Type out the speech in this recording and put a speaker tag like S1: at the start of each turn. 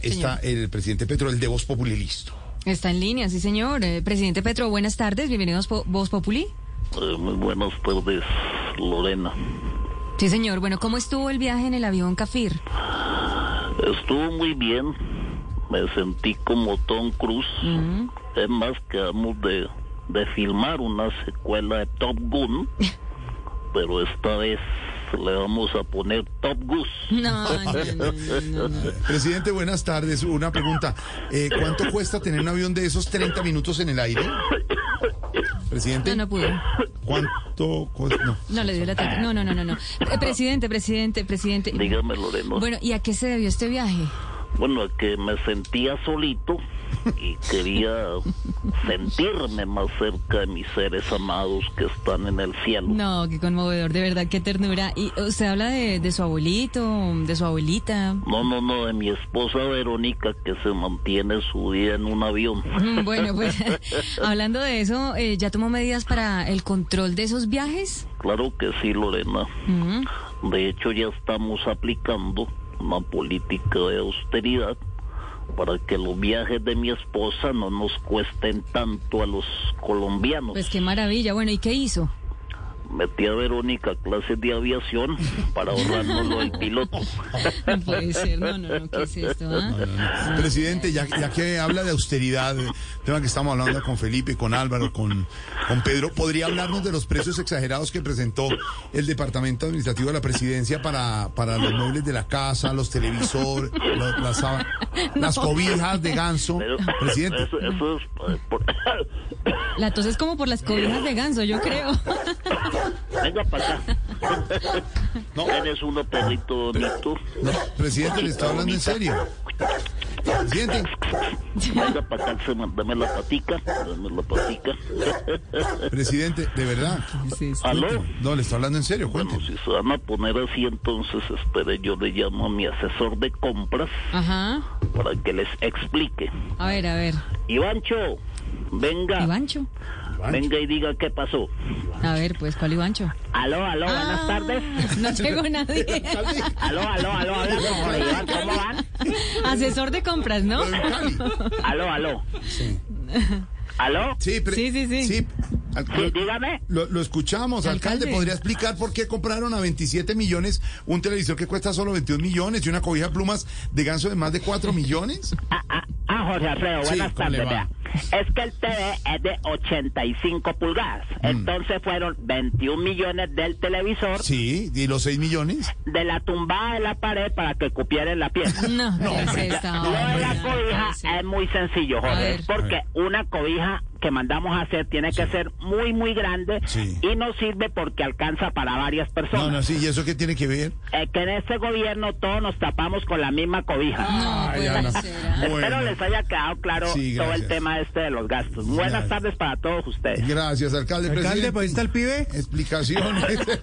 S1: Está el presidente Petro, el de Voz Populi, listo.
S2: Está en línea, sí, señor. Eh, Presidente Petro, buenas tardes. Bienvenidos a Voz Populi.
S3: Eh, muy buenas tardes, Lorena.
S2: Sí, señor. Bueno, ¿cómo estuvo el viaje en el avión Cafir?
S3: Estuvo muy bien. Me sentí como Tom Cruise. Es más, acabamos de, de filmar una secuela de Top Gun. pero esta vez le vamos a poner Top Goose.
S2: No, no, no, no, no, no.
S1: Presidente, buenas tardes. Una pregunta. Eh, ¿Cuánto cuesta tener un avión de esos 30 minutos en el aire? Presidente,
S2: No, no pudo.
S1: ¿cuánto cuesta? No.
S2: No le dio la teta. No, no, no, no. no. Eh, presidente, presidente, presidente.
S3: Dígame, Lorena.
S2: Bueno, ¿y a qué se debió este viaje?
S3: Bueno, que me sentía solito y quería sentirme más cerca de mis seres amados que están en el cielo.
S2: No, qué conmovedor, de verdad, qué ternura. ¿Y usted habla de, de su abuelito, de su abuelita?
S3: No, no, no, de mi esposa Verónica que se mantiene subida en un avión.
S2: Mm, Bueno, pues hablando de eso, eh, ¿ya tomó medidas para el control de esos viajes?
S3: Claro que sí, Lorena.
S2: Mm.
S3: De hecho, ya estamos aplicando una política de austeridad para que los viajes de mi esposa no nos cuesten tanto a los colombianos.
S2: Pues qué maravilla. Bueno, ¿y qué hizo?
S3: Metí a Verónica a clases de aviación para ahorrarnos lo del piloto.
S2: No puede ser, no, no, no, ¿qué es esto? ah?
S1: Presidente, ya, ya que habla de austeridad, eh, tema que estamos hablando con Felipe, con Álvaro, con, con Pedro, ¿podría hablarnos de los precios exagerados que presentó el Departamento Administrativo de la Presidencia para, para los muebles de la casa, los televisores, lo- las, saba- las cobijas de ganso?
S3: Pero
S1: Presidente.
S3: eso, eso es eh, por-
S2: La tos es como por las cobijas de ganso, yo creo.
S3: Venga para acá.
S1: No.
S3: Eres uno perrito bonito.
S1: No, presidente, le está hablando en serio. Presidente,
S3: Venga para acá, se- dame la patica. Dame la patica.
S1: presidente, de verdad.
S2: Sí, sí.
S3: ¿Aló?
S1: No, le está hablando en serio,
S3: Bueno,
S1: cuénteme.
S3: si se van a poner así, entonces espere, yo le llamo a mi asesor de compras
S2: Ajá.
S3: para que les explique.
S2: A ver, a ver.
S3: Ivancho, venga,
S2: Ivancho.
S3: venga y diga qué pasó.
S2: A ver, pues, ¿cuál Ivancho?
S3: Aló, aló, buenas
S2: Ah,
S3: tardes.
S2: No llegó nadie.
S3: Aló, aló, aló, aló, ¿cómo le va? ¿Cómo van?
S2: Asesor de compras, ¿no?
S1: Lo de Cali.
S3: Aló, aló. ¿Aló?
S1: Sí, pre-
S2: Sí, sí, sí.
S1: al-
S3: Sí, dígame.
S1: Lo, lo escuchamos, alcalde.
S2: Alcalde.
S1: ¿Podría explicar por qué compraron a 27 millones un televisor que cuesta solo 21 millones y una cobija de plumas de ganso de más de 4 millones?
S3: Ah, ah, ah, Jorge Alfredo,
S1: Sí,
S3: buenas
S1: ¿cómo le
S3: tardes.
S1: va?
S3: vea. Es que el TV es de 85 pulgadas.
S1: Mm.
S3: Entonces fueron 21 millones del televisor,
S1: Sí, y los 6 millones.
S3: de la tumbada de la pared para que cupieran la pieza.
S2: No, ¿qué es esta
S3: Lo de
S2: vaina?
S3: la cobija es muy sencillo,
S2: A
S3: Jorge,
S2: ver.
S3: es porque
S1: A
S3: una cobija que mandamos a hacer tiene que ser muy, muy grande
S1: Sí.
S3: y no sirve porque alcanza para varias personas.
S1: No, no, sí, ¿y eso qué tiene que ver?
S3: Eh, que en este gobierno todos nos tapamos con la misma cobija.
S2: No,
S1: Ay,
S2: puede
S1: Ana.
S2: ser. ¿ah?
S1: Bueno.
S3: Espero les haya quedado claro
S1: Sí,
S3: todo el
S1: gracias.
S3: tema este de los gastos. Buenas
S1: Gracias.
S3: tardes para todos ustedes.
S1: Gracias, alcalde.
S4: Alcalde,
S1: presidente.
S4: pues ahí está el pibe.
S1: Explicaciones.